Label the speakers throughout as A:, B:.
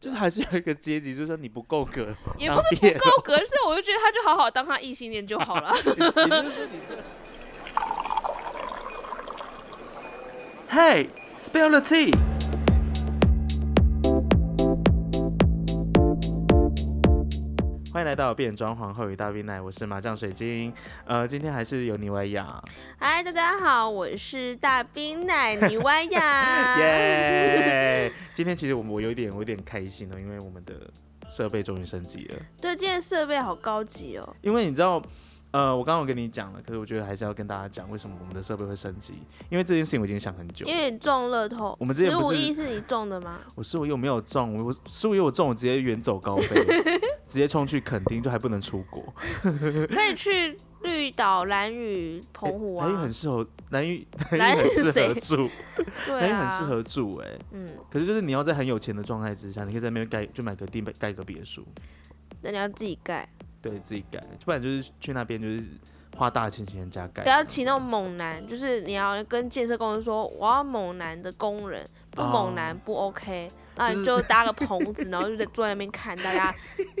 A: 就是还是有一个阶级，就是说你不够格，
B: 也不是
A: 毕业
B: 不够格，是我就觉得他就好好当他异性恋就好了。
A: 你你就是说你这。Hey, spill the tea. 欢迎来到变装皇后与大冰奶，我是麻将水晶。呃，今天还是有妮维
B: 啊
A: 雅，
B: 嗨，大家好，我是大冰奶泥歪 呀。
A: 耶！今天其实我们我有一点我有点开心哦，因为我们的设备终于升级了。
B: 对，今天设备好高级哦。
A: 因为你知道，呃，我刚刚有跟你讲了，可是我觉得还是要跟大家讲为什么我们的设备会升级，因为这件事情我已经想很久了。
B: 因为你中乐透，
A: 我们之前
B: 十
A: 不
B: 五
A: 是
B: 亿是你中的吗？
A: 我十五又没有中，我十五又我中，我直接远走高飞，直接冲去垦丁，就还不能出国。
B: 可以去绿岛、蓝屿、澎湖啊
A: 南屿，很适合，南屿
B: 南
A: 南屿
B: 屿
A: 很适合
B: 谁
A: 住，
B: 对
A: 南屿
B: 啊，
A: 很适，合住哎、
B: 嗯，
A: 可是就是你要在很有钱的状态之下，你可以在那边盖，就买个地，盖个别墅，
B: 那你要自己盖，
A: 对自己盖，不然就是去那边就是花大钱请人家盖
B: 不。要啊请那种猛男，就是你要跟建设公司说，我要猛男的工人，不猛男不 OK，那
A: 哦就是
B: 你就搭个棚子，然后就在坐在那边看大家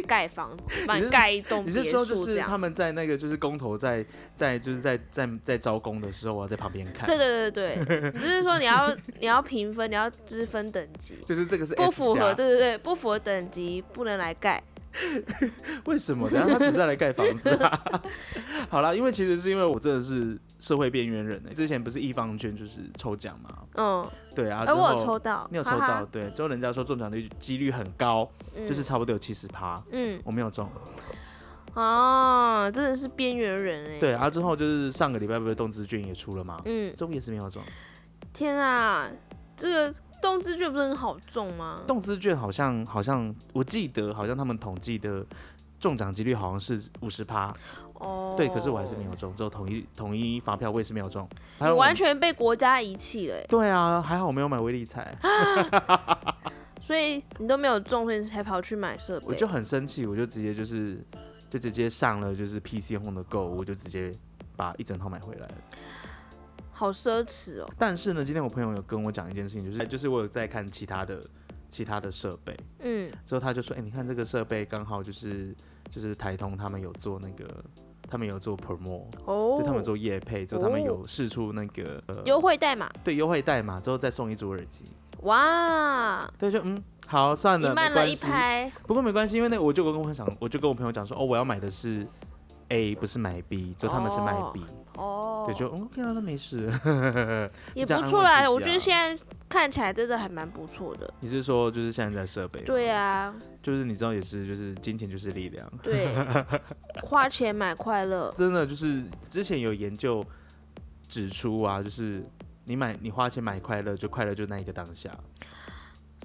B: 盖 房子，帮
A: 你
B: 你
A: 是
B: 盖一栋
A: 你
B: 别
A: 是说就
B: 墅这
A: 是
B: 样
A: 他。们在那个就是工头在在就是在在在招工的时候，我要在旁边看
B: 对，对对对 对，就是说你要你要评分，你要知分等级，
A: 就是这个是
B: 不
A: F
B: 符
A: 加
B: 合，对对对，不符合等级不能来盖。
A: 为什么？等一下他只是来盖房子 啊。好啦，因为其实是因为我真的是社会边缘人、欸，之前不是一方券就是抽奖嘛，
B: 嗯，
A: 对啊，
B: 哎、
A: 之后
B: 我有抽到，
A: 你有抽
B: 哈
A: 到，
B: 哈，
A: 对，之后人家说中奖率几率很高，
B: 嗯、
A: 就是差不多有七十趴。
B: 嗯
A: 我没有中，
B: 啊，真的是边缘人哎、
A: 对，啊，之后就是上个礼拜不是动资券也出了吗？
B: 嗯，
A: 中也是没有中，
B: 天啊，这个动资券不是很好中吗？
A: 动资券好像好像我记得好像他们统计的中奖几率好像是五十趴，
B: 哦，
A: 对，可是我还是没有中，之后统一统一发票我也是没有中，还
B: 你
A: 有我
B: 完全被国家遗弃了、欸，
A: 对啊，还好我没有买威力彩。
B: 所以你都没有中，所以你才跑去买设备。
A: 我就很生气，我就直接就是就直接上了就是 PC Home 的购物，我就直接把一整套买回来了。
B: 好奢侈哦，
A: 但是呢，今天我朋友有跟我讲一件事情，就是就是我有在看其他的其他的设备，
B: 嗯，
A: 之后他就说，哎、你看这个设备刚好就是就是台通他们有做那个。他们有做 promo，、
B: 哦
A: 就，他们做夜配，之后他们
B: 哦
A: 有试出那个、呃
B: 优惠代码，
A: 对优惠代码，之后再送一组耳机。
B: 哇，
A: 对，就嗯，好，算
B: 你
A: 了，
B: 慢
A: 没
B: 了
A: 关
B: 一
A: 系。
B: 拍，
A: 不过没关系，因为那我就跟我朋友讲，我就跟我朋友讲说，哦，我要买的是 A，不是买 B，就他们是买 B，、
B: 哦，
A: 对，就嗯 OK 啊，那没事。
B: 也
A: 这样安
B: 不
A: 慰
B: 错啦，
A: 自己
B: 我觉
A: 啊
B: 得现在看起来真的还蛮不错的。
A: 你是说就是现在在设备？
B: 对，啊，
A: 就是你知道也是，就是金钱就是力量，
B: 对，花钱买快乐，
A: 真的就是之前有研究指出啊，就是。你买，你花钱买快乐，就快乐就那一个当下，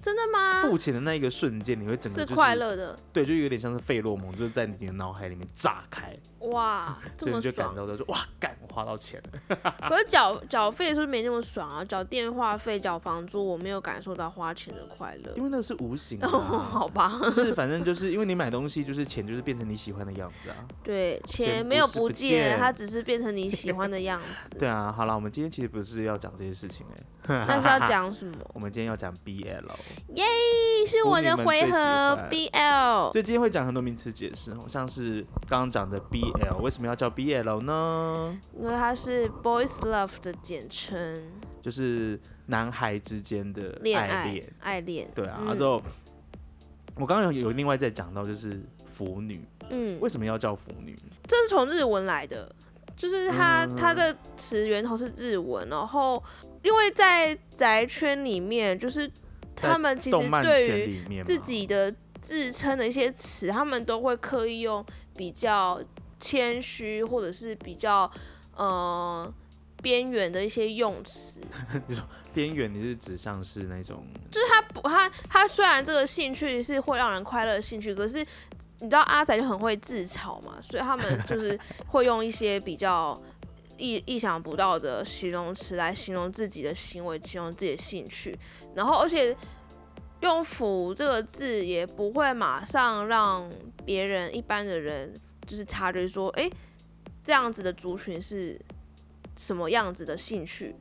B: 真的吗？
A: 付钱的那一个瞬间，你会整个
B: 啊是
A: 就是
B: 快，乐的，
A: 对，就有点像是费洛蒙，就是在你的脑海里面炸开，
B: 哇，这
A: 所以
B: 么
A: 你就感
B: 爽。
A: 到就说哇，干，我花到钱了，
B: 可是缴缴费是不是没那么爽啊？缴电话费、缴房租，我没有感受到花钱的快乐
A: 因。为那是无形的、
B: 哦，好吧，
A: 就是反正就是因为你买东西，就是钱就是变成你喜欢的样子啊。
B: 对，钱
A: 钱
B: 没有
A: 不是不
B: 见，
A: 见
B: 它只是变成你喜欢的样 子。
A: 对啊，好啦，我们今天其实不是要讲这些事情哎、
B: 那是要讲什么？
A: 我们今天要讲 BL，
B: 耶，是我的
A: 腐女们
B: 回
A: 最喜
B: 合
A: 欢
B: BL。
A: 所以今天会讲很多名词解释哦，像是刚刚讲的 BL，为什么要叫 BL 呢？
B: 因为它是 boys love 的简称，
A: 就是男孩之间的
B: 恋
A: 爱
B: 爱
A: 恋，、
B: 爱恋。
A: 对啊。
B: 嗯
A: 啊之后我刚刚有有另外再讲到就是腐女，
B: 嗯，
A: 为什么要叫腐女？
B: 这是从日文来的，就是它、
A: 嗯
B: 它的词源头是日文，然后因为在宅圈里面，就是
A: 在
B: 他们其实
A: 动漫
B: 对
A: 圈
B: 于
A: 里面嘛
B: 自己的自称的一些词，他们都会刻意用比较谦虚或者是比较呃边缘的一些用词，
A: 边缘，你是指像是那种
B: 不，他他虽然这个兴趣是会让人快乐的兴趣，可是你知道阿仔就很会自嘲嘛，所以他们就是会用一些比较意意想不到的形容词来形容自己的行为，形容自己的兴趣，然后而且用“腐”这个字也不会马上让别人一般的人就是察觉说，诶，这样子的族群是什么样子的兴趣，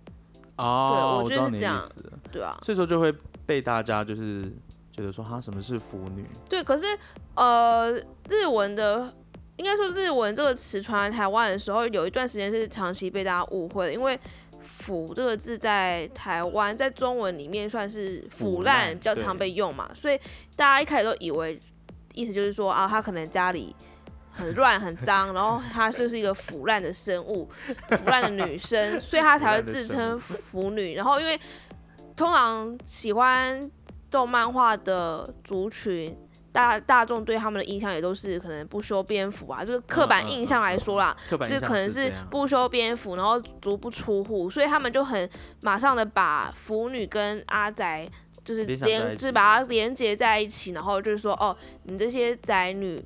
A: 哦，
B: 我觉
A: 知道
B: 得是
A: 你的
B: 这
A: 意
B: 样
A: 思了。
B: 对啊，
A: 所以说就会被大家就是觉得说哈什么是腐女，
B: 对，可是呃，日文的应该说日文这个词传来台湾的时候，有一段时间是长期被大家误会的，因为“腐”这个字在台湾在中文里面算是腐
A: 腐
B: 烂，
A: 烂
B: 比较常
A: 对
B: 被用嘛，所以大家一开始都以为意思就是说啊，他可能家里。很乱很脏，然后她就是一个腐烂的生物，腐烂的女生，所以她才会自称腐女。然后因为通常喜欢动漫画的族群，大大众对他们的印象也都是可能不修边幅啊，就是刻板印象来说啦，
A: 嗯刻板
B: 就
A: 印
B: 是
A: 象
B: 可能
A: 是
B: 是
A: 这样
B: 不修边幅，然后足不出户，所以他们就很马上的把腐女跟阿宅。就是
A: 联想在一
B: 连，
A: 起
B: 就是把它连接在一起，然后就是说，哦，你这些宅女，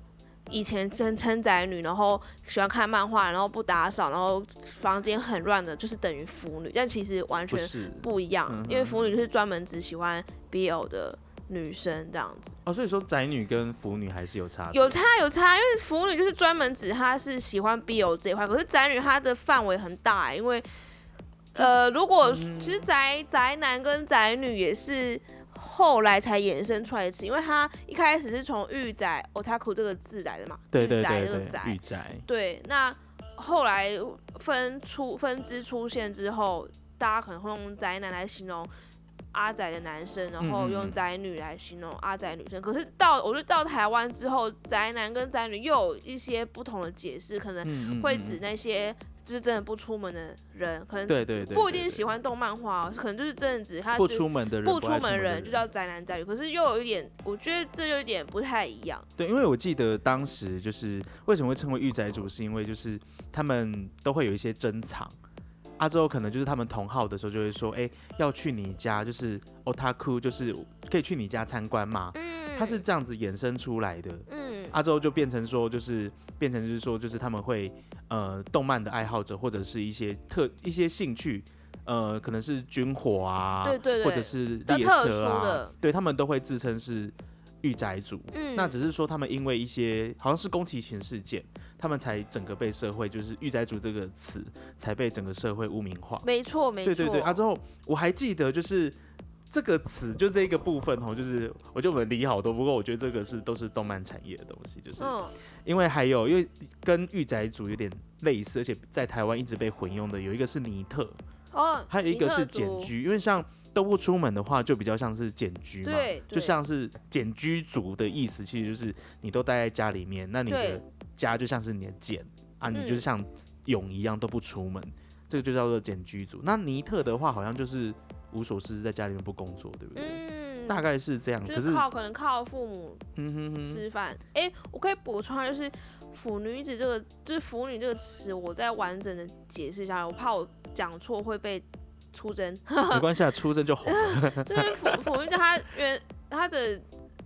B: 以前称称宅女，然后喜欢看漫画，然后不打扫，然后房间很乱的，就是等于腐女，但其实完
A: 不
B: 全
A: 是
B: 不一样，
A: 嗯哼
B: 因为腐女就是专门只喜欢 BL 的女生这样子，
A: 哦，所以说宅女跟腐女还是有差别，
B: 有差有差，因为腐女就是专门指她是喜欢 BL 这一块，可是宅女她的范围很大、欸因为呃，如果
A: 嗯
B: 其实宅宅男跟宅女也是。后来才衍生出来的词，因为它一开始是从“御宅 ”（otaku） 这个字来的嘛，
A: 对对
B: 御宅
A: 对
B: 这个
A: 对，
B: 宅
A: 御，宅
B: 对，那后来分出分支出现之后，大家可能会用宅男来形容阿宅的男生，然后
A: 嗯嗯
B: 用
A: 嗯
B: 宅女来形容阿宅女生。可是到我觉得到台湾之后，宅男跟宅女又有一些不同的解释，可能
A: 嗯嗯
B: 会
A: 嗯
B: 指
A: 嗯
B: 那些就是真的不出门的人，可能
A: 对对对，
B: 不一
A: 对
B: 定
A: 对
B: 喜欢动漫画哦、可能就是真的指他
A: 不
B: 就
A: 出门的人，
B: 不
A: 爱
B: 出门
A: 的
B: 人就叫宅男宅女。可是又有一点，我觉得这有点不太一样。
A: 对，因为我记得当时就是为什么会称为御宅族，是因为就是他们都会有一些珍藏。啊，之后可能就是他们同号的时候就会说，哎、要去你家，就是 otaku，就是可以去你家参观吗？
B: 嗯，
A: 它是这样子衍生出来的。
B: 嗯
A: 啊，之后就变成说，就是变成就是说，就是他们会呃，动漫的爱好者或者是一些特一些兴趣，呃，可能是军火啊，
B: 对对对，
A: 或者是
B: 较
A: 列
B: 特
A: 车
B: 殊
A: 啊
B: 的，
A: 对他们都会自称是御宅族。
B: 嗯
A: 那只是说他们因为一些好像是宫崎勤事件，他们才整个被社会就是御宅族这个词才被整个社会污名化。
B: 没错，没错，
A: 对对对，啊，之后我还记得就是。这个词就这一个部分哦，就是我就我们理好多，不过我觉得这个是都是动漫产业的东西，就是
B: 嗯，
A: 因为还有因为跟御宅族有点类似，而且在台湾一直被混用的有一个是尼特，
B: 哦，
A: 还有一个
B: 尼克
A: 是
B: 族
A: 简，居，因为像都不出门的话，就比较像是简居嘛，
B: 对，
A: 就
B: 对
A: 像是简居族的意思，其实就是你都待在家里面，那你
B: 对
A: 的家就像是你的茧啊，你就是
B: 嗯
A: 像蛹一样都不出门，这个就叫做简居族。那尼特的话，好像就是无所事事，在家里面不工作，对不对？
B: 嗯，
A: 大概是这样，可
B: 就是
A: 是，
B: 靠可能靠父母
A: 嗯哼哼，
B: 吃饭。哎，我可以补充一下，就是“腐女子”这个，就是“腐女”这个词，我再完整的解释一下，我怕我讲错会被出征。
A: 没关系啊，出生就红了，
B: 就是腐腐女子它原它的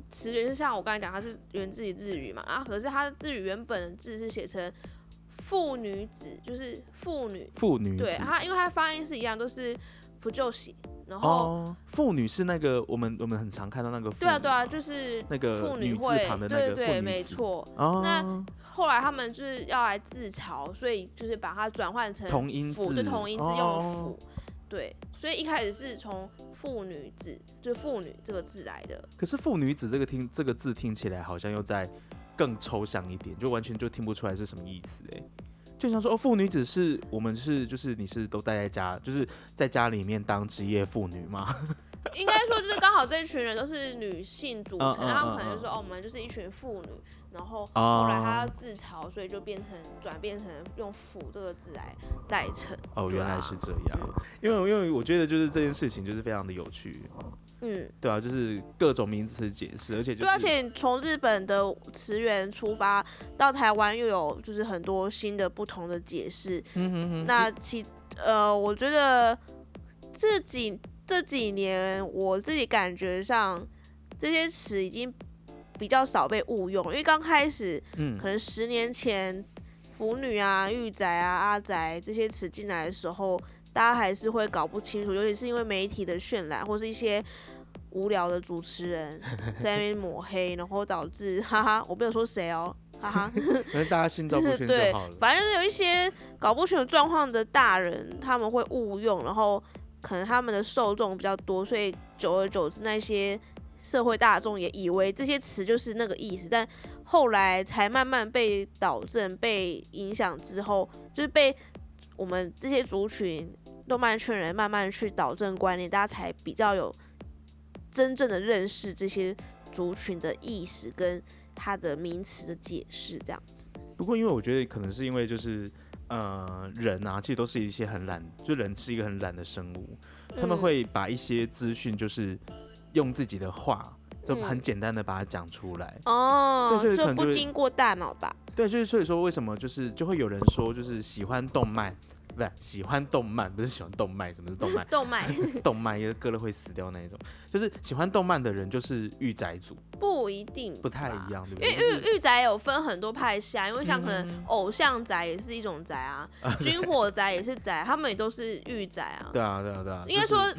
B: 词源就像我刚才讲，它是源自于日语嘛啊，可是它日语原本的字是写成“妇女子”，就是妇女。
A: 妇女
B: 对，啊
A: 子
B: 它因为它发音是一样，都是“不就喜”，然后。
A: 哦，妇女是那个我们我们很常看到那个妇
B: 对啊，
A: 女
B: 对啊，
A: 嘛
B: 就是
A: 那个
B: 妇女
A: 女字
B: 会，
A: 旁的那
B: 对
A: 个妇
B: 对，
A: 女
B: 没
A: 子
B: 错。
A: 哦，
B: 那后来他们就是要来自嘲，所以就是把它转换成
A: 同音
B: 腐，就
A: 字
B: 同音字用腐
A: 哦。
B: 对，所以一开始是从妇女字，就妇女这个字来的。
A: 可是“妇女子”这个听这个字听起来好像又在更抽象一点，就完全就听不出来是什么意思哎、就像说哦，妇女子是我们是就是你是都待在家，就是在家里面当职业妇女嘛。
B: 应该说就是刚好这一群人都是女性组成，
A: 嗯嗯
B: 他们
A: 嗯
B: 可能就
A: 嗯
B: 说哦，我们就是一群妇女，然后
A: 哦
B: 后来他要自嘲，所以就变成转变成用“腐”这个字来代称。
A: 哦，
B: 对
A: 原
B: 啊
A: 来是这样。因为因为我觉得就是这件事情就是非常的有趣，
B: 嗯，
A: 对啊，就是各种名词解释，而且就是
B: 对，而且从日本的词源出发到台湾，又有就是很多新的不同的解释。
A: 嗯哼哼
B: 那其呃，我觉得这几这几年我自己感觉上，这些词已经比较少被误用，因为刚开始
A: 嗯
B: 可能十年前“腐女”啊、“御宅”啊、“阿宅”这些词进来的时候，大家还是会搞不清楚，尤其是因为媒体的渲染或是一些无聊的主持人 在那边抹黑，然后导致哈哈，我没有说谁哦，哈哈，
A: 可能大家心照不宣就
B: 对
A: 好了，。
B: 反正有一些搞不清楚状况的大人，他们会误用，然后可能他们的受众比较多，所以久而久之那些。社会大众也以为这些词就是那个意思，但后来才慢慢被导正、被影响之后，就是被我们这些族群、动漫圈人慢慢去导正观念，大家才比较有真正的认识这些族群的意识跟它的名词的解释，这样子。
A: 不过因为我觉得可能是因为就是呃人啊，其实都是一些很懒，就人是一个很懒的生物，他们
B: 嗯
A: 会把一些资讯就是用自己的话，就
B: 嗯
A: 很简单的把它讲出来。
B: 哦，
A: 对所以可
B: 就
A: 能就
B: 不
A: 会
B: 经过大脑吧。？
A: 对，就是所以说为什么就是就会有人说就是喜欢动漫，不是喜欢动漫，不是喜欢动漫，什么是动漫
B: 动脉
A: 动漫也割了会死掉那一种，就是喜欢动漫的人就是御宅族，
B: 不一定，
A: 不太一。样，对不
B: 因
A: 对？
B: 为
A: 就是
B: 御御宅有分很多派系啊，因为像可
A: 嗯
B: 能偶像宅也是一种宅啊，军火宅也是宅，他们也都是御宅啊。
A: 对啊，对啊，对啊，
B: 应该
A: 就是
B: 说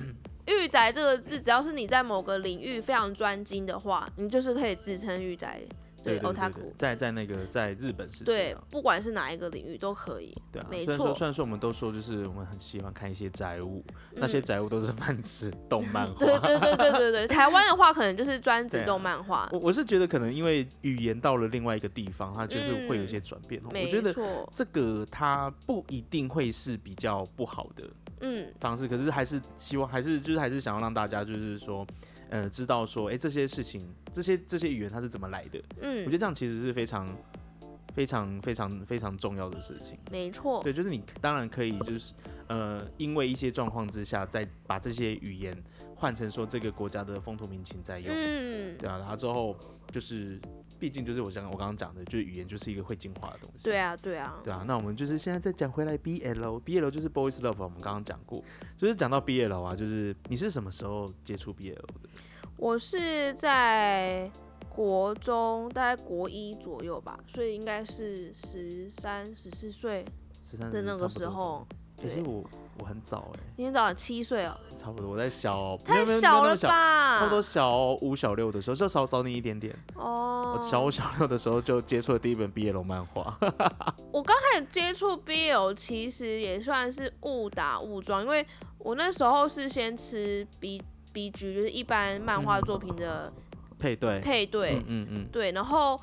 B: 御宅这个字，只要是你在某个领域非常专精的话，你就是可以自称御宅。
A: 对对对
B: otaku
A: 对，在在那个在日本是这
B: 对
A: 样，，
B: 不管是哪一个领域都可以。
A: 对啊。
B: 没
A: 虽然说
B: 错
A: 虽然说我们都说就是我们很喜欢看一些宅物，那
B: 嗯
A: 些宅物都是泛指动漫
B: 对
A: 画。
B: 对对对对对，台湾的话可能就是专
A: 对
B: 指
A: 啊
B: 动漫画，
A: 我我是觉得可能因为语言到了另外一个地方，它就是会有一
B: 嗯
A: 些转变哦。我
B: 没
A: 觉得
B: 错，
A: 这个它不一定会是比较不好的
B: 嗯，
A: 方式，可是还是希望还是就是还是想要让大家就是说，呃，知道说，哎、这些事情这些这些语言它是怎么来的。我觉得
B: 嗯，
A: 这样其实是非常非常非常非常重要的事情。
B: 没错，
A: 对，就是你当然可以，就是呃，因为一些状况之下，再把这些语言换成说这个国家的风土民情在用，
B: 嗯，
A: 对啊，然后之后就是，毕竟就是我想我刚刚讲的，就是语言就是一个会进化的东西。
B: 对啊，对啊，
A: 对啊，那我们就是现在再讲回来 BL，BL 就是 boys love，我们啊刚刚讲过，就是讲到 BL 啊，就是你是什么时候接触 BL 的？
B: 我是在国中，大概国一左右吧，所以应该是十三、十四岁。
A: 十三
B: 的那个时候，
A: 其实我我很早哎、
B: 今天早上七岁哦，
A: 差不多我在小没
B: 太
A: 有没有没有
B: 小
A: 那么
B: 了
A: 小
B: 吧？
A: 差不多小五小六的时候，就少早你一点点。
B: 哦。哦
A: 我小五小六的时候就接触了第一本 BL 漫画，
B: 我刚开始接触 BL，其实也算是误打误撞，因为我那时候是先吃 B B G，就是一般漫画作品的
A: 配嗯对，
B: 配对，
A: 嗯嗯嗯，
B: 对，然后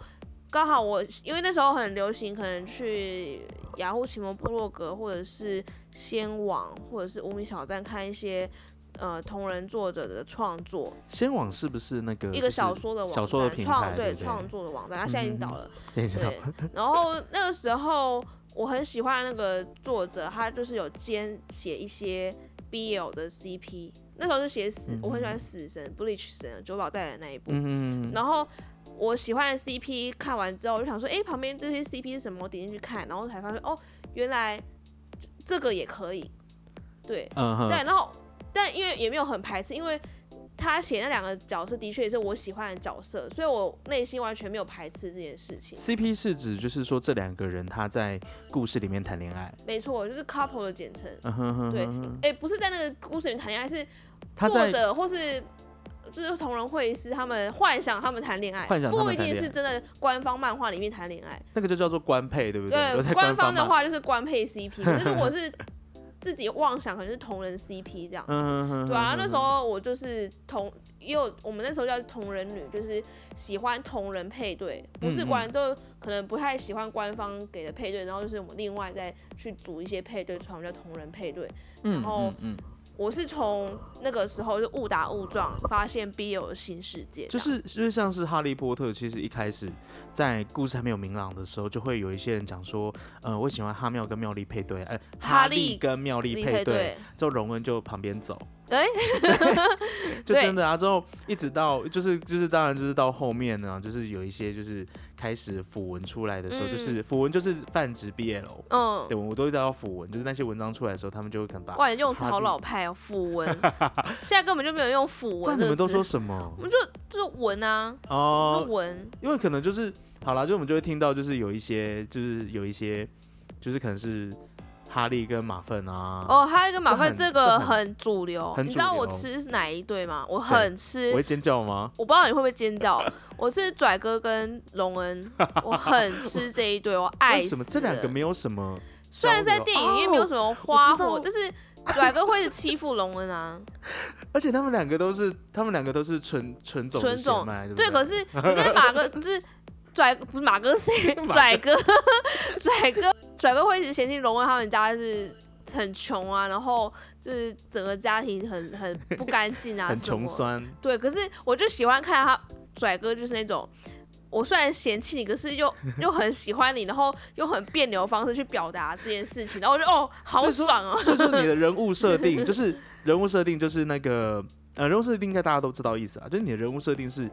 B: 刚好我因为那时候很流行，可能去雅虎奇摩部落格或者是仙网或者是无名小站看一些呃同人作者的创作，
A: 仙网是不是那个
B: 一
A: 就
B: 个
A: 是
B: 小说的网站，
A: 小说的平
B: 创
A: 台对不对嗯
B: 创作的网站，它现在已经倒了。
A: 等一下
B: 对， 然后那个时候我很喜欢那个作者，他就是有兼写一些 BL 的 CP，那时候就写
A: 嗯
B: 死，我很喜欢死神 Bleach 神九保带来的那一部，
A: 嗯嗯嗯嗯，
B: 然后我喜欢的 CP 看完之后，我就想说，哎、旁边这些 CP 是什么？我点进去看，然后才发现，哦，原来这个也可以。对，
A: 嗯哼，
B: 但然后但因为也没有很排斥，因为他写那两个角色的确也是我喜欢的角色，所以我内心完全没有排斥这件事情。
A: CP 是指就是说这两个人他在故事里面谈恋爱，
B: 没错，就是 couple 的简称。
A: 嗯哼哼
B: 对
A: 哼哼
B: 哎、不是在那个故事里面谈恋爱，是
A: 他
B: 作
A: 在
B: 者或是就是同人会师他们幻想他们谈恋爱，
A: 幻想他们
B: 不一
A: 谈
B: 定
A: 恋
B: 是
A: 爱
B: 真的官方漫画里面谈恋爱。
A: 那个就叫做官配，对不对？都在
B: 对，官
A: 方
B: 方的
A: 嘛，
B: 话就是官配 CP，可是如 果是自己妄想，可能是同人 CP 这样。
A: 嗯哼哼哼，
B: 对啊，那时
A: 哼
B: 候我就是同，也有我们那时候叫同人女，就是喜欢同人配对，不
A: 嗯
B: 是官就可能不太喜欢官方给的配对，然后就是我们另外再去组一些配对出来，我们叫同人配对。
A: 嗯
B: 然后
A: 嗯嗯
B: 我是从那个时候就误打误撞发现 BL 的新世界这
A: 就
B: 样，
A: 是就是像是哈利波特，其实一开始在故事还没有明朗的时候，就会有一些人讲说，呃，我喜欢哈妙跟妙丽配对，呃，
B: 哈
A: 哈
B: 利
A: 利跟妙丽
B: 你
A: 配
B: 配
A: 对，
B: 对，
A: 之后荣恩就旁边走，
B: 哎，
A: 就
B: 对
A: 真的啊，之后一直到就是就是当然就是到后面呢、就是有一些就是开始腐文出来的时候，
B: 嗯
A: 就是腐文就是泛指 BL，
B: 嗯，
A: 对，我都会叫腐文，就是那些文章出来的时候，他们就会可能把，
B: 哇，你用词
A: 哈
B: 好
A: 利
B: 老派 哦，腐文，现在根本就没有用腐
A: 不
B: 文
A: 然
B: 这
A: 你们
B: 个词。
A: 都说什么
B: 我？们就就是文啊，就
A: 哦，
B: 文，
A: 因为可能就是好啦，就我们就会听到就是有一些就是有一些就是可能是哈利跟马粪啊，
B: 哦，还有一个马
A: 这
B: 粪
A: 很
B: 这
A: 这
B: 个
A: 很
B: 很主流，
A: 很
B: 你知
A: 主
B: 道我
A: 流
B: 吃是哪一对吗？我
A: 谁
B: 很
A: 我
B: 吃，
A: 会尖叫吗？
B: 我不知道你会不会尖叫。我是拽哥跟龙恩，我很吃这一对，我爱
A: 为
B: 死
A: 什
B: 了。
A: 么这两个没有什么？
B: 虽然在电影里面没有什么
A: 我
B: 花
A: 知道
B: 火，但是拽哥会一直欺负龙恩啊。
A: 而且他们两个都是，他们两个都是纯纯种的
B: 纯种
A: 血脉，对不
B: 对，可是你知道马哥就是拽，不是马哥谁？
A: 马哥
B: 拽哥， 拽哥，拽哥会一直嫌弃荣威他们家是很穷啊，然后就是整个家庭很很不干净啊，
A: 很
B: 什么
A: 穷 酸，
B: 对，可是我就喜欢看他拽哥，就是那种我虽然嫌弃你，可是又又很喜欢你，然后用很别扭的方式去表达这件事情，然后我就哦，好
A: 所以说
B: 爽哦、
A: 所以说你的人物设定就是人物设定就是那个呃人物设定应该大家都知道意思啊，就是你的人物设定是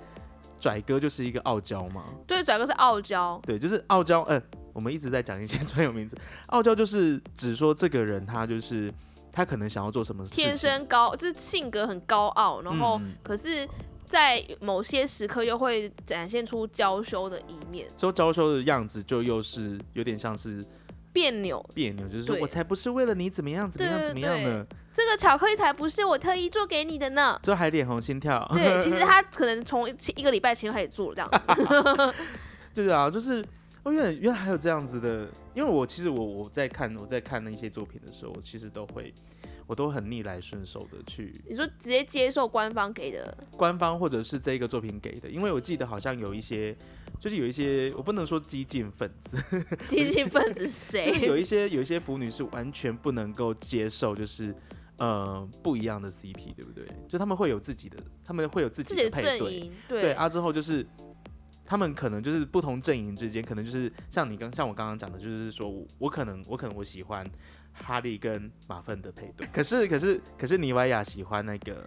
A: 拽哥就是一个傲娇嘛，
B: 对，拽哥是傲娇，
A: 对，就是傲娇，嗯、我们一直在讲一些 专有名词，傲娇就是指说这个人他就是他可能想要做什么事情，
B: 天生高，就是性格很高傲，然后
A: 嗯
B: 可是。在某些时刻又会展现出娇羞的一面，
A: 之后娇羞的样子就又是有点像是
B: 别扭。
A: 别扭，就是说
B: 对
A: 我才不是为了你怎么样怎么样
B: 对
A: 怎么样呢，
B: 这个巧克力才不是我特意做给你的 呢。
A: 之后还脸红心跳，
B: 对，其实他可能从一一个礼拜前就开始做了这样子。
A: 对啊，就是哦，原来原来还有这样子的，因为我其实我我在看我在看那些作品的时候，我其实都会我都很逆来顺受的去
B: 你说直接接受官方给的
A: 官方或者是这个作品给的，因为我记得好像有一些就是有一些我不能说激进分子，
B: 激进分
A: 就
B: 子
A: 是
B: 谁？
A: 有一些有一些腐女是完全不能够接受，就是。呃，不一样的 CP，对不对？就他们会有自己的，他们会有自
B: 自
A: 己的
B: 己的
A: 配
B: 阵
A: 对，
B: 营，
A: 对啊，之后就是他们可能就是不同阵营之间，可能就是像你刚像我刚刚讲的，就是说我我可能我可能我喜欢哈利跟马粪的配 对，可是可是可是尼维亚喜欢那个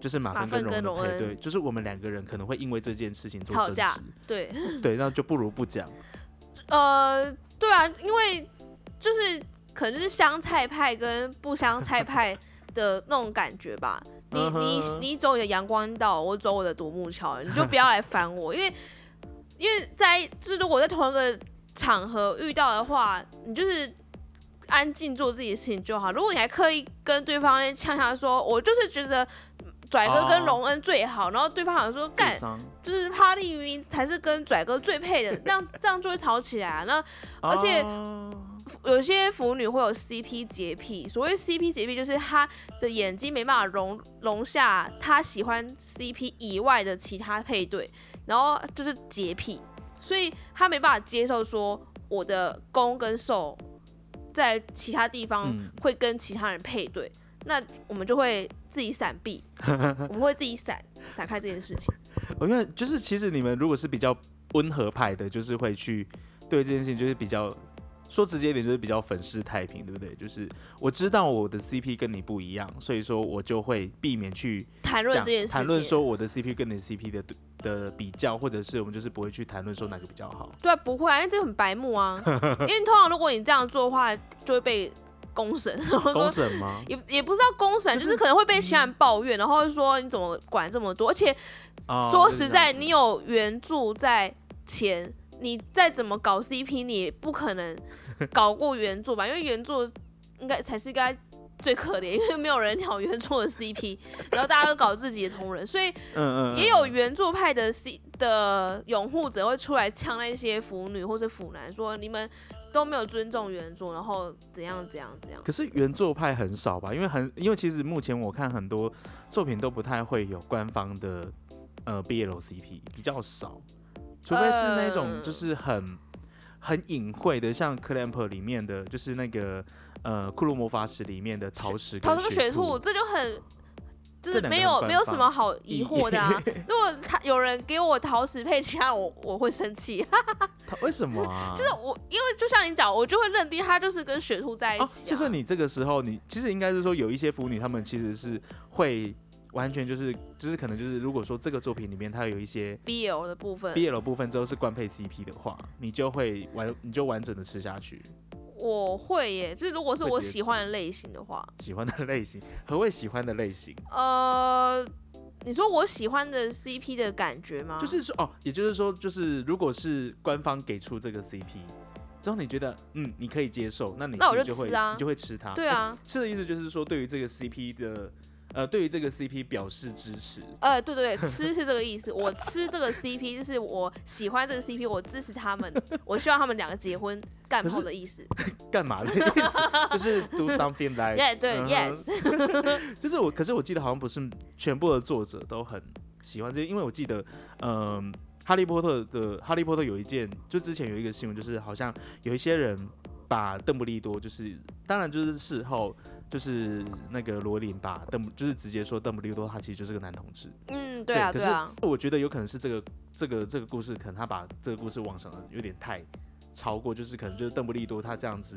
A: 就是马
B: 马
A: 粪跟
B: 粪跟
A: 荣恩的
B: 荣
A: 配对，就是我们两个人可能会因为这件事情做
B: 吵
A: 争
B: 架
A: 执，
B: 对，
A: 对，那就不如不讲，
B: 呃，对啊，因为就是可能是香菜派跟不香菜派的那种感觉吧。你
A: 嗯
B: 你
A: 哼
B: 你走你的阳光道，我走我的独木桥，你就不要来烦我，因为因为在就是如果在同一个场合遇到的话，你就是。安静做自己的事情就好。如果你还刻意跟对方在呛呛说，我就是觉得拽哥跟
A: 哦
B: 荣恩最好然后对方好像说干
A: 智商，
B: 就是哈利明明才是跟拽哥最配的，这样这样就会吵起来啊、那而且
A: 哦
B: 有些腐女会有 CP 洁癖，所谓 CP 洁癖就是她的眼睛没办法容容下她喜欢 CP 以外的其他配对，然后就是洁癖，所以她没办法接受说我的攻跟受在其他地方
A: 嗯
B: 会跟其他人配对，那我们就会自己闪 避，我们会自己闪闪开这件事情。
A: 我哦因为就是其实你们如果是比较温和派的，就是会去对这件事情就是比较说直接一点，就是比较粉饰太平，对不对？就是我知道我的 CP 跟你不一样，所以说我就会避免去
B: 谈论
A: 讲
B: 这件事情，
A: 谈论说我的 CP 跟你的 CP 的的比较，或者是我们就是不会去谈论说哪个比较好。
B: 对啊，不会啊，因为这很白目 啊。因为通常如果你这样做的话，就会被公审，然后
A: 公
B: 说
A: 审吗？
B: 也也不知道公审，就是可能会被其他人抱怨，然后会说你怎么管这么多？而且
A: 哦
B: 说
A: 就是
B: 实在，
A: 这样子
B: 你有原著在前，你再怎么搞 CP，你也不可能搞过原著吧？ 因为原著应该才是应该。最可怜，因为没有人鸟原著的 CP，然后大家都搞自己的同人，所以
A: 嗯嗯
B: 也有
A: 嗯
B: 原著派的 C 的拥护者会出来呛那些腐女或者腐男，说你们都没有尊重原著，然后怎样怎样怎样。
A: 可是原作派很少吧？因为很，因为其实目前我看很多作品都不太会有官方的呃 BL CP，比较少，除非是那种
B: 呃
A: 就是很、很隐晦的，像《Clamp》里面的，就是那个呃《库洛魔法使》里面的桃石
B: 桃
A: 跟
B: 树
A: 雪
B: 雪兔这就很。
A: 这
B: 就是
A: 两个
B: 没有
A: 很
B: 没有
A: 官
B: 什
A: 方
B: 么好疑惑的啊！ 如果他有人给我桃石配其他，我我会生气。
A: 它为什么啊？
B: 就是我，因为就像你讲，我就会认定他就是跟雪兔在一
A: 哦，
B: 起、啊。
A: 就说你这个时候，你其实应该是说有一些腐女，她们其实是会完全就是就是可能就是如果说这个作品里面它有一些
B: BL 的部分，
A: BL 部分之后是官配 CP 的话，你就会完，你就完整的吃下去。
B: 我会耶。就是如果是
A: 会
B: 我
A: 节
B: 喜欢的类型的话，
A: 喜欢的类型，何谓喜欢的类型？
B: 呃，你说我喜欢的 CP 的感觉吗？
A: 就是说，哦，也就是说，就是如果是官方给出这个 CP 之后，你觉得嗯，你可以接受，那你
B: 那我
A: 其实
B: 就
A: 就会
B: 吃啊
A: 你就会吃它。
B: 对啊，
A: 吃的意思就是说，对于这个 CP 的呃，对于这个 CP 表示支持。
B: 呃，对对对，吃是这个意思。我吃这个 CP，就是我喜欢这个 CP，我支持他们，我希望他们两个结 婚干
A: 可是
B: 炮的意思。
A: 干嘛的意思？就是 do something like，、
B: Yeah，对
A: 嗯哼
B: ，Yes，
A: 就是我，可是我记得好像不是全部的作者都很喜欢这些，因为我记得，嗯、哈利波特的哈利波特有一件，就之前有一个新闻，就是好像有一些人把邓布利多，就是当然就是事后，就是那个罗琳把邓布，就是直接说邓布利多他其实就是个男同志，
B: 嗯，对啊，
A: 对
B: 对
A: 可
B: 啊，
A: 我觉得有可能是这个这个这个故事，可能他把这个故事往上的有点太超过，就是可能就是邓布利多他这样子，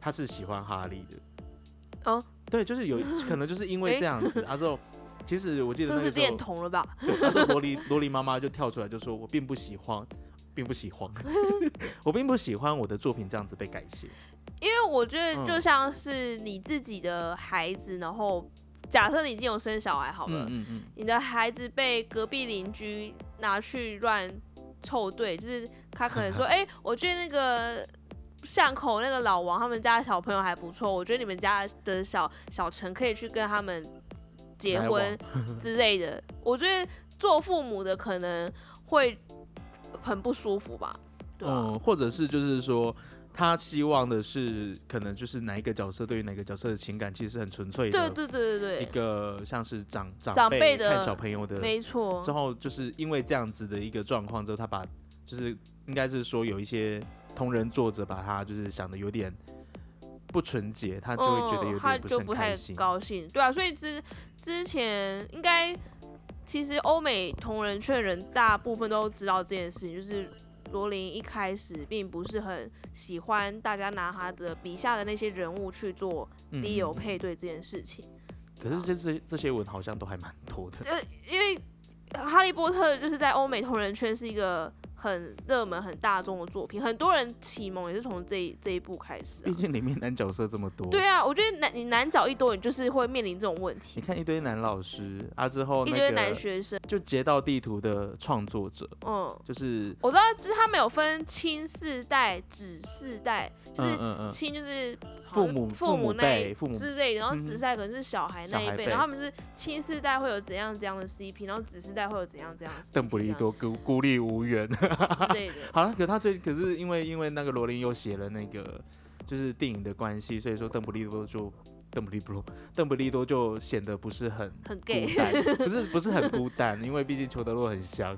A: 他是喜欢哈利的。
B: 哦，
A: 对，就是有可能就是因为
B: 诶
A: 这样子，啊阿之后其实我记得
B: 这
A: 那
B: 是
A: 个时
B: 恋
A: 候，
B: 童了吧？
A: 对，那时候罗莉罗莉妈妈就跳出来就说，我并不喜欢。并不喜 欢，我并不喜欢我的作品这样子被改写。
B: 因为我觉得就
A: 嗯
B: 像是你自己的孩子，然后假设你已经有生小孩好了，
A: 嗯嗯
B: 你的孩子被隔壁邻居拿去乱凑对，就是他可 能说，哎、我觉得那个。巷口那个老王他们家的小朋友还不错，我觉得你们家的小小陈可以去跟他们结
A: 来
B: 婚 之类的。我觉得做父母的可能会很不舒服吧，对吧、啊
A: 嗯，或者是就是说，他希望的是可能就是哪一个角色对于哪个角色的情感其实是很纯粹的，
B: 对对对对
A: 一
B: 对，
A: 个像是长
B: 长
A: 长
B: 辈
A: 辈
B: 的
A: 看小朋友的，
B: 没错。
A: 之后就是因为这样子的一个状况之后，他把就是应该是说有一些同人作者把他就是想的有点不纯洁，他就会觉得有
B: 嗯、他
A: 点是
B: 就
A: 很
B: 不
A: 开
B: 太
A: 心。
B: 高兴，对啊，所以之之前应该其实欧美同人圈人大部分都知道这件事情，就是罗琳一开始并不是很喜欢大家拿他的笔下的那些人物去做
A: 嗯
B: 理由
A: 嗯
B: 配对这件事情，
A: 可是这这这些文好像都还蛮多 的，
B: 呃，因为哈利波特就是在欧美同人圈是一个。很热门、很大众的作品，很多人启蒙也是从这一这一部开始、啊
A: 毕。竟里面男角色这么多。
B: 对啊，我觉得男你难找一多，你就是会面临这种问题
A: 你。看一堆男老师啊，之后
B: 一
A: 那
B: 堆男
A: 个
B: 学生，
A: 就截到地图的创作者，
B: 嗯，
A: 就是
B: 我知道，就是他们有分亲世代、子世代，就是
A: 嗯嗯嗯，
B: 亲就是
A: 父母
B: 父母那一
A: 辈父母
B: 之类的，然后
A: 嗯哼
B: 子世代可能是小孩那
A: 小
B: 一
A: 孩
B: 辈，
A: 辈
B: 然后他们是亲世代会有怎样怎样的 CP，然后子世代会有怎样怎样的 CP
A: 邓布利多孤孤立无援。
B: 这样之类的。
A: 好了，可他最可是因为因为那个罗琳又写了那个就是电影的关系，所以说邓布利多就邓布利多邓布利多就显得不是很
B: 很
A: 孤
B: gay，
A: 单， 不是不是很孤单，因为毕竟裘德洛很香。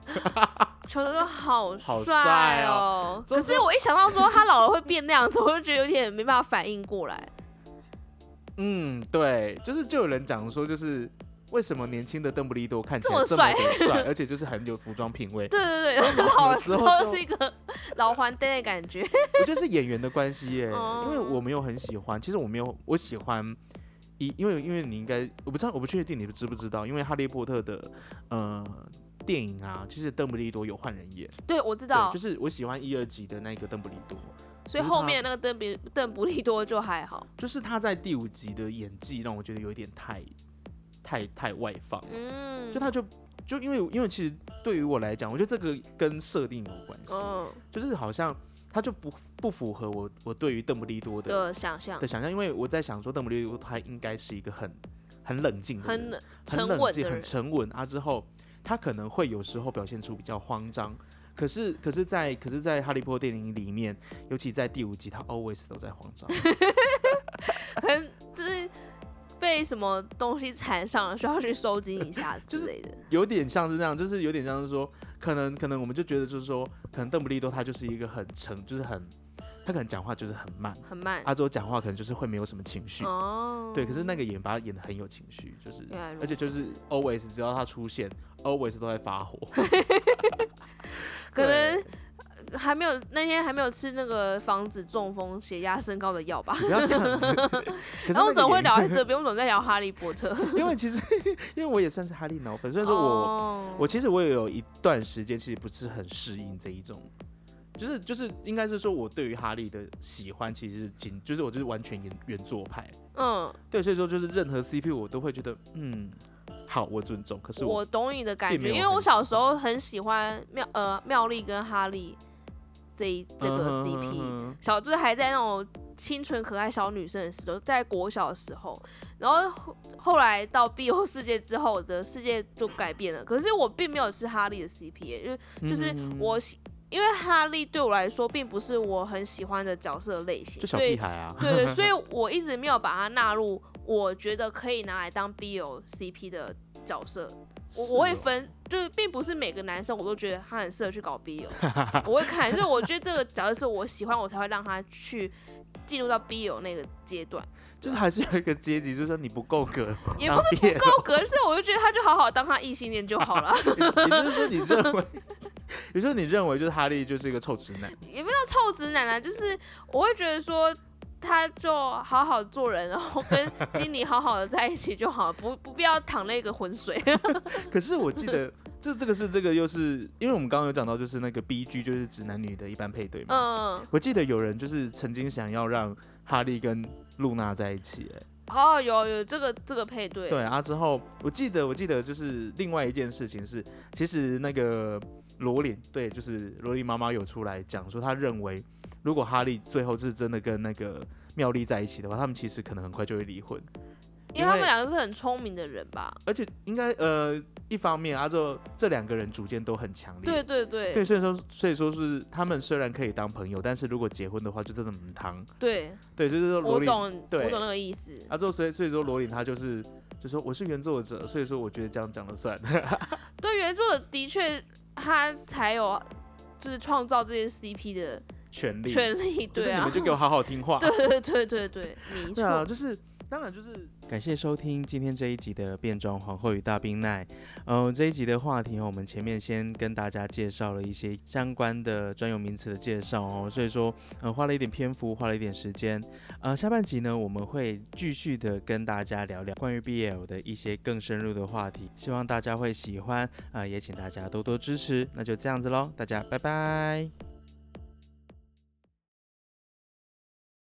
B: 裘德洛好
A: 好
B: 帅
A: 帅
B: 哦！
A: 就
B: 可
A: 是
B: 是我一想到说他老了会变那样子，我就觉得有点没办法反应过来。
A: 嗯，对，就是就有人讲说，就是为什么年轻的邓布利多看起来
B: 这
A: 这
B: 么
A: 么
B: 帅
A: 的帅，而且就是很有服装品 味。
B: 对对对，老了之
A: 之后
B: 后
A: 就是
B: 一个老还灯的感觉。
A: 我觉得是演员的关系耶，
B: 哦
A: 因为我没有很喜欢，其实我没有，我喜欢一，因为因为你应该，我不知道，我不确定你知不知道，因为哈利波特的呃电影啊，其实邓布利多有换人演，
B: 对，我知道
A: 对，就，是我喜欢一二集的那个邓布利多，
B: 所以后面的那个邓比邓布利多就还好。
A: 就是他在第五集的演技让我觉得有一点太太太外放，
B: 嗯，
A: 就他就。就因为因为其实对于我来讲，我觉得这个跟设定有关系，
B: 嗯
A: 就是好像他就不不符合我我对于邓布利多的
B: 的想象
A: 的，想象，因为我在想说邓布利多他应该是一个很很冷静的人、
B: 很沉
A: 很冷
B: 稳
A: 静、
B: 的
A: 很
B: 人，
A: 沉稳啊。之后他可能会有时候表现出比较慌张，可是可是在可是在哈利波特电影里面，尤其在第五集，他 always 都在慌 张。
B: 很就是被什么东西缠上了，需要去收紧一下
A: 就
B: 之
A: 是
B: 类的。
A: 有点像是那样，就是有点像是说，可能可能我们就觉得就是说，可能邓布利多他就是一个很沉，就是很他可能讲话就是很慢，
B: 很慢
A: 阿周讲话可能就是会没有什么情绪。
B: 哦，
A: 对，可是那个演把他演的很有情绪，就是
B: 原来如，
A: 而且就是 always 只要他出现，always 都在发火。
B: 可能
A: 对
B: 还没有那天还没有吃那个防止中风、血压升高的药吧。
A: 你不要这样子。 可是
B: 然后
A: 那
B: 我们
A: 个
B: 总会
A: 演，
B: 聊在这边，我们总在聊哈利波 特。
A: 因为其实因为我也算是哈利脑粉，虽然
B: 但
A: 说我、
B: 哦
A: 我其实我也有一段时间其实不是很适应这一种。就是就是应该是说，我对于哈利的喜欢其实是仅就是我就是完全原原作派，
B: 嗯，
A: 对，所以说就是任何 CP 我都会觉得嗯好，我尊重。可是我
B: 我懂你的感
A: 并
B: 觉，
A: 没有
B: 因为
A: 很
B: 我小
A: 喜
B: 时候很喜欢妙呃妙丽跟哈利这一这一这
A: 嗯
B: 个
A: 哼
B: CP，、
A: 嗯哼
B: 小就是还在那种清纯可爱小女生的时候，在国小的时候，然后后后来到 BO 世界之后，我的世界就改变了。可是我并没有吃哈利的 CP，耶因为就是
A: 嗯
B: 我喜，因为哈利对我来说并不是我很喜欢的角色类型，
A: 就小
B: 所以
A: 屁孩啊，
B: 对对，所以我一直没有把它纳入我觉得可以拿来当 BO CP 的角色。我
A: 是
B: 我会
A: 哦
B: 分，就是并不是每个男生我都觉得他很适合去搞 BO，我会看，就是我觉得这个角色是我喜欢，我才会让他去进入到 BO 那个阶段。
A: 就是还是有一个阶级，就是说你不够格当 BL，
B: 也不
A: 是不
B: 够格，所以我就觉得他就好好当他异性恋就好 了，
A: 够，也就是说你认为，也就是你认为就是哈利就是一个臭直男，
B: 也不叫臭直男啊，就是我会觉得说。他就好好做人，然后跟经理好好的在一起就好，不不必要淌那个浑水。
A: 可是我记得这这个是这个又是因为我们刚刚有讲到就是那个 B G 就是直男女的一般配对嘛，
B: 嗯，
A: 我记得有人就是曾经想要让哈利跟露娜在一起、哎
B: 哦，有有这个这个配对，
A: 对啊，之后我记得我记得就是另外一件事情是，其实那个罗琳对，就是罗琳妈妈有出来讲说，她认为如果哈利最后是真的跟那个妙丽在一起的话，他们其实可能很快就会离婚，
B: 因为他们两个是很聪明的人吧？
A: 而且应该呃一方面阿宙这两个人主见都很强烈，
B: 对对对
A: 对，所以说所以说是他们虽然可以当朋友，但是如果结婚的话就真的很糖。
B: 对
A: 对，就是说罗
B: 我
A: 琳
B: 懂，
A: 对
B: 我懂那个意思。
A: 啊，之后所以所以说罗琳她就是就说我是原作者，所以说我觉得这样讲了 算。
B: 对原作者的确他才有就是创造这些 CP 的
A: 权利，
B: 权利，
A: 就是
B: 对
A: 你
B: 啊
A: 们， 就给我好好听 话。
B: 对对对对对，没
A: 对
B: 错。
A: 啊，就是当然就是感谢收听今天这一集的变装皇后与大冰奈。呃，这一集的话题哦，我们前面先跟大家介绍了一些相关的专有名词的介绍哦，所以说呃花了一点篇幅，花了一点时间。呃，下半集呢我们会继续的跟大家聊聊关于 BL 的一些更深入的话题，希望大家会喜欢啊、呃也请大家多多支持。那就这样子喽，大家拜拜。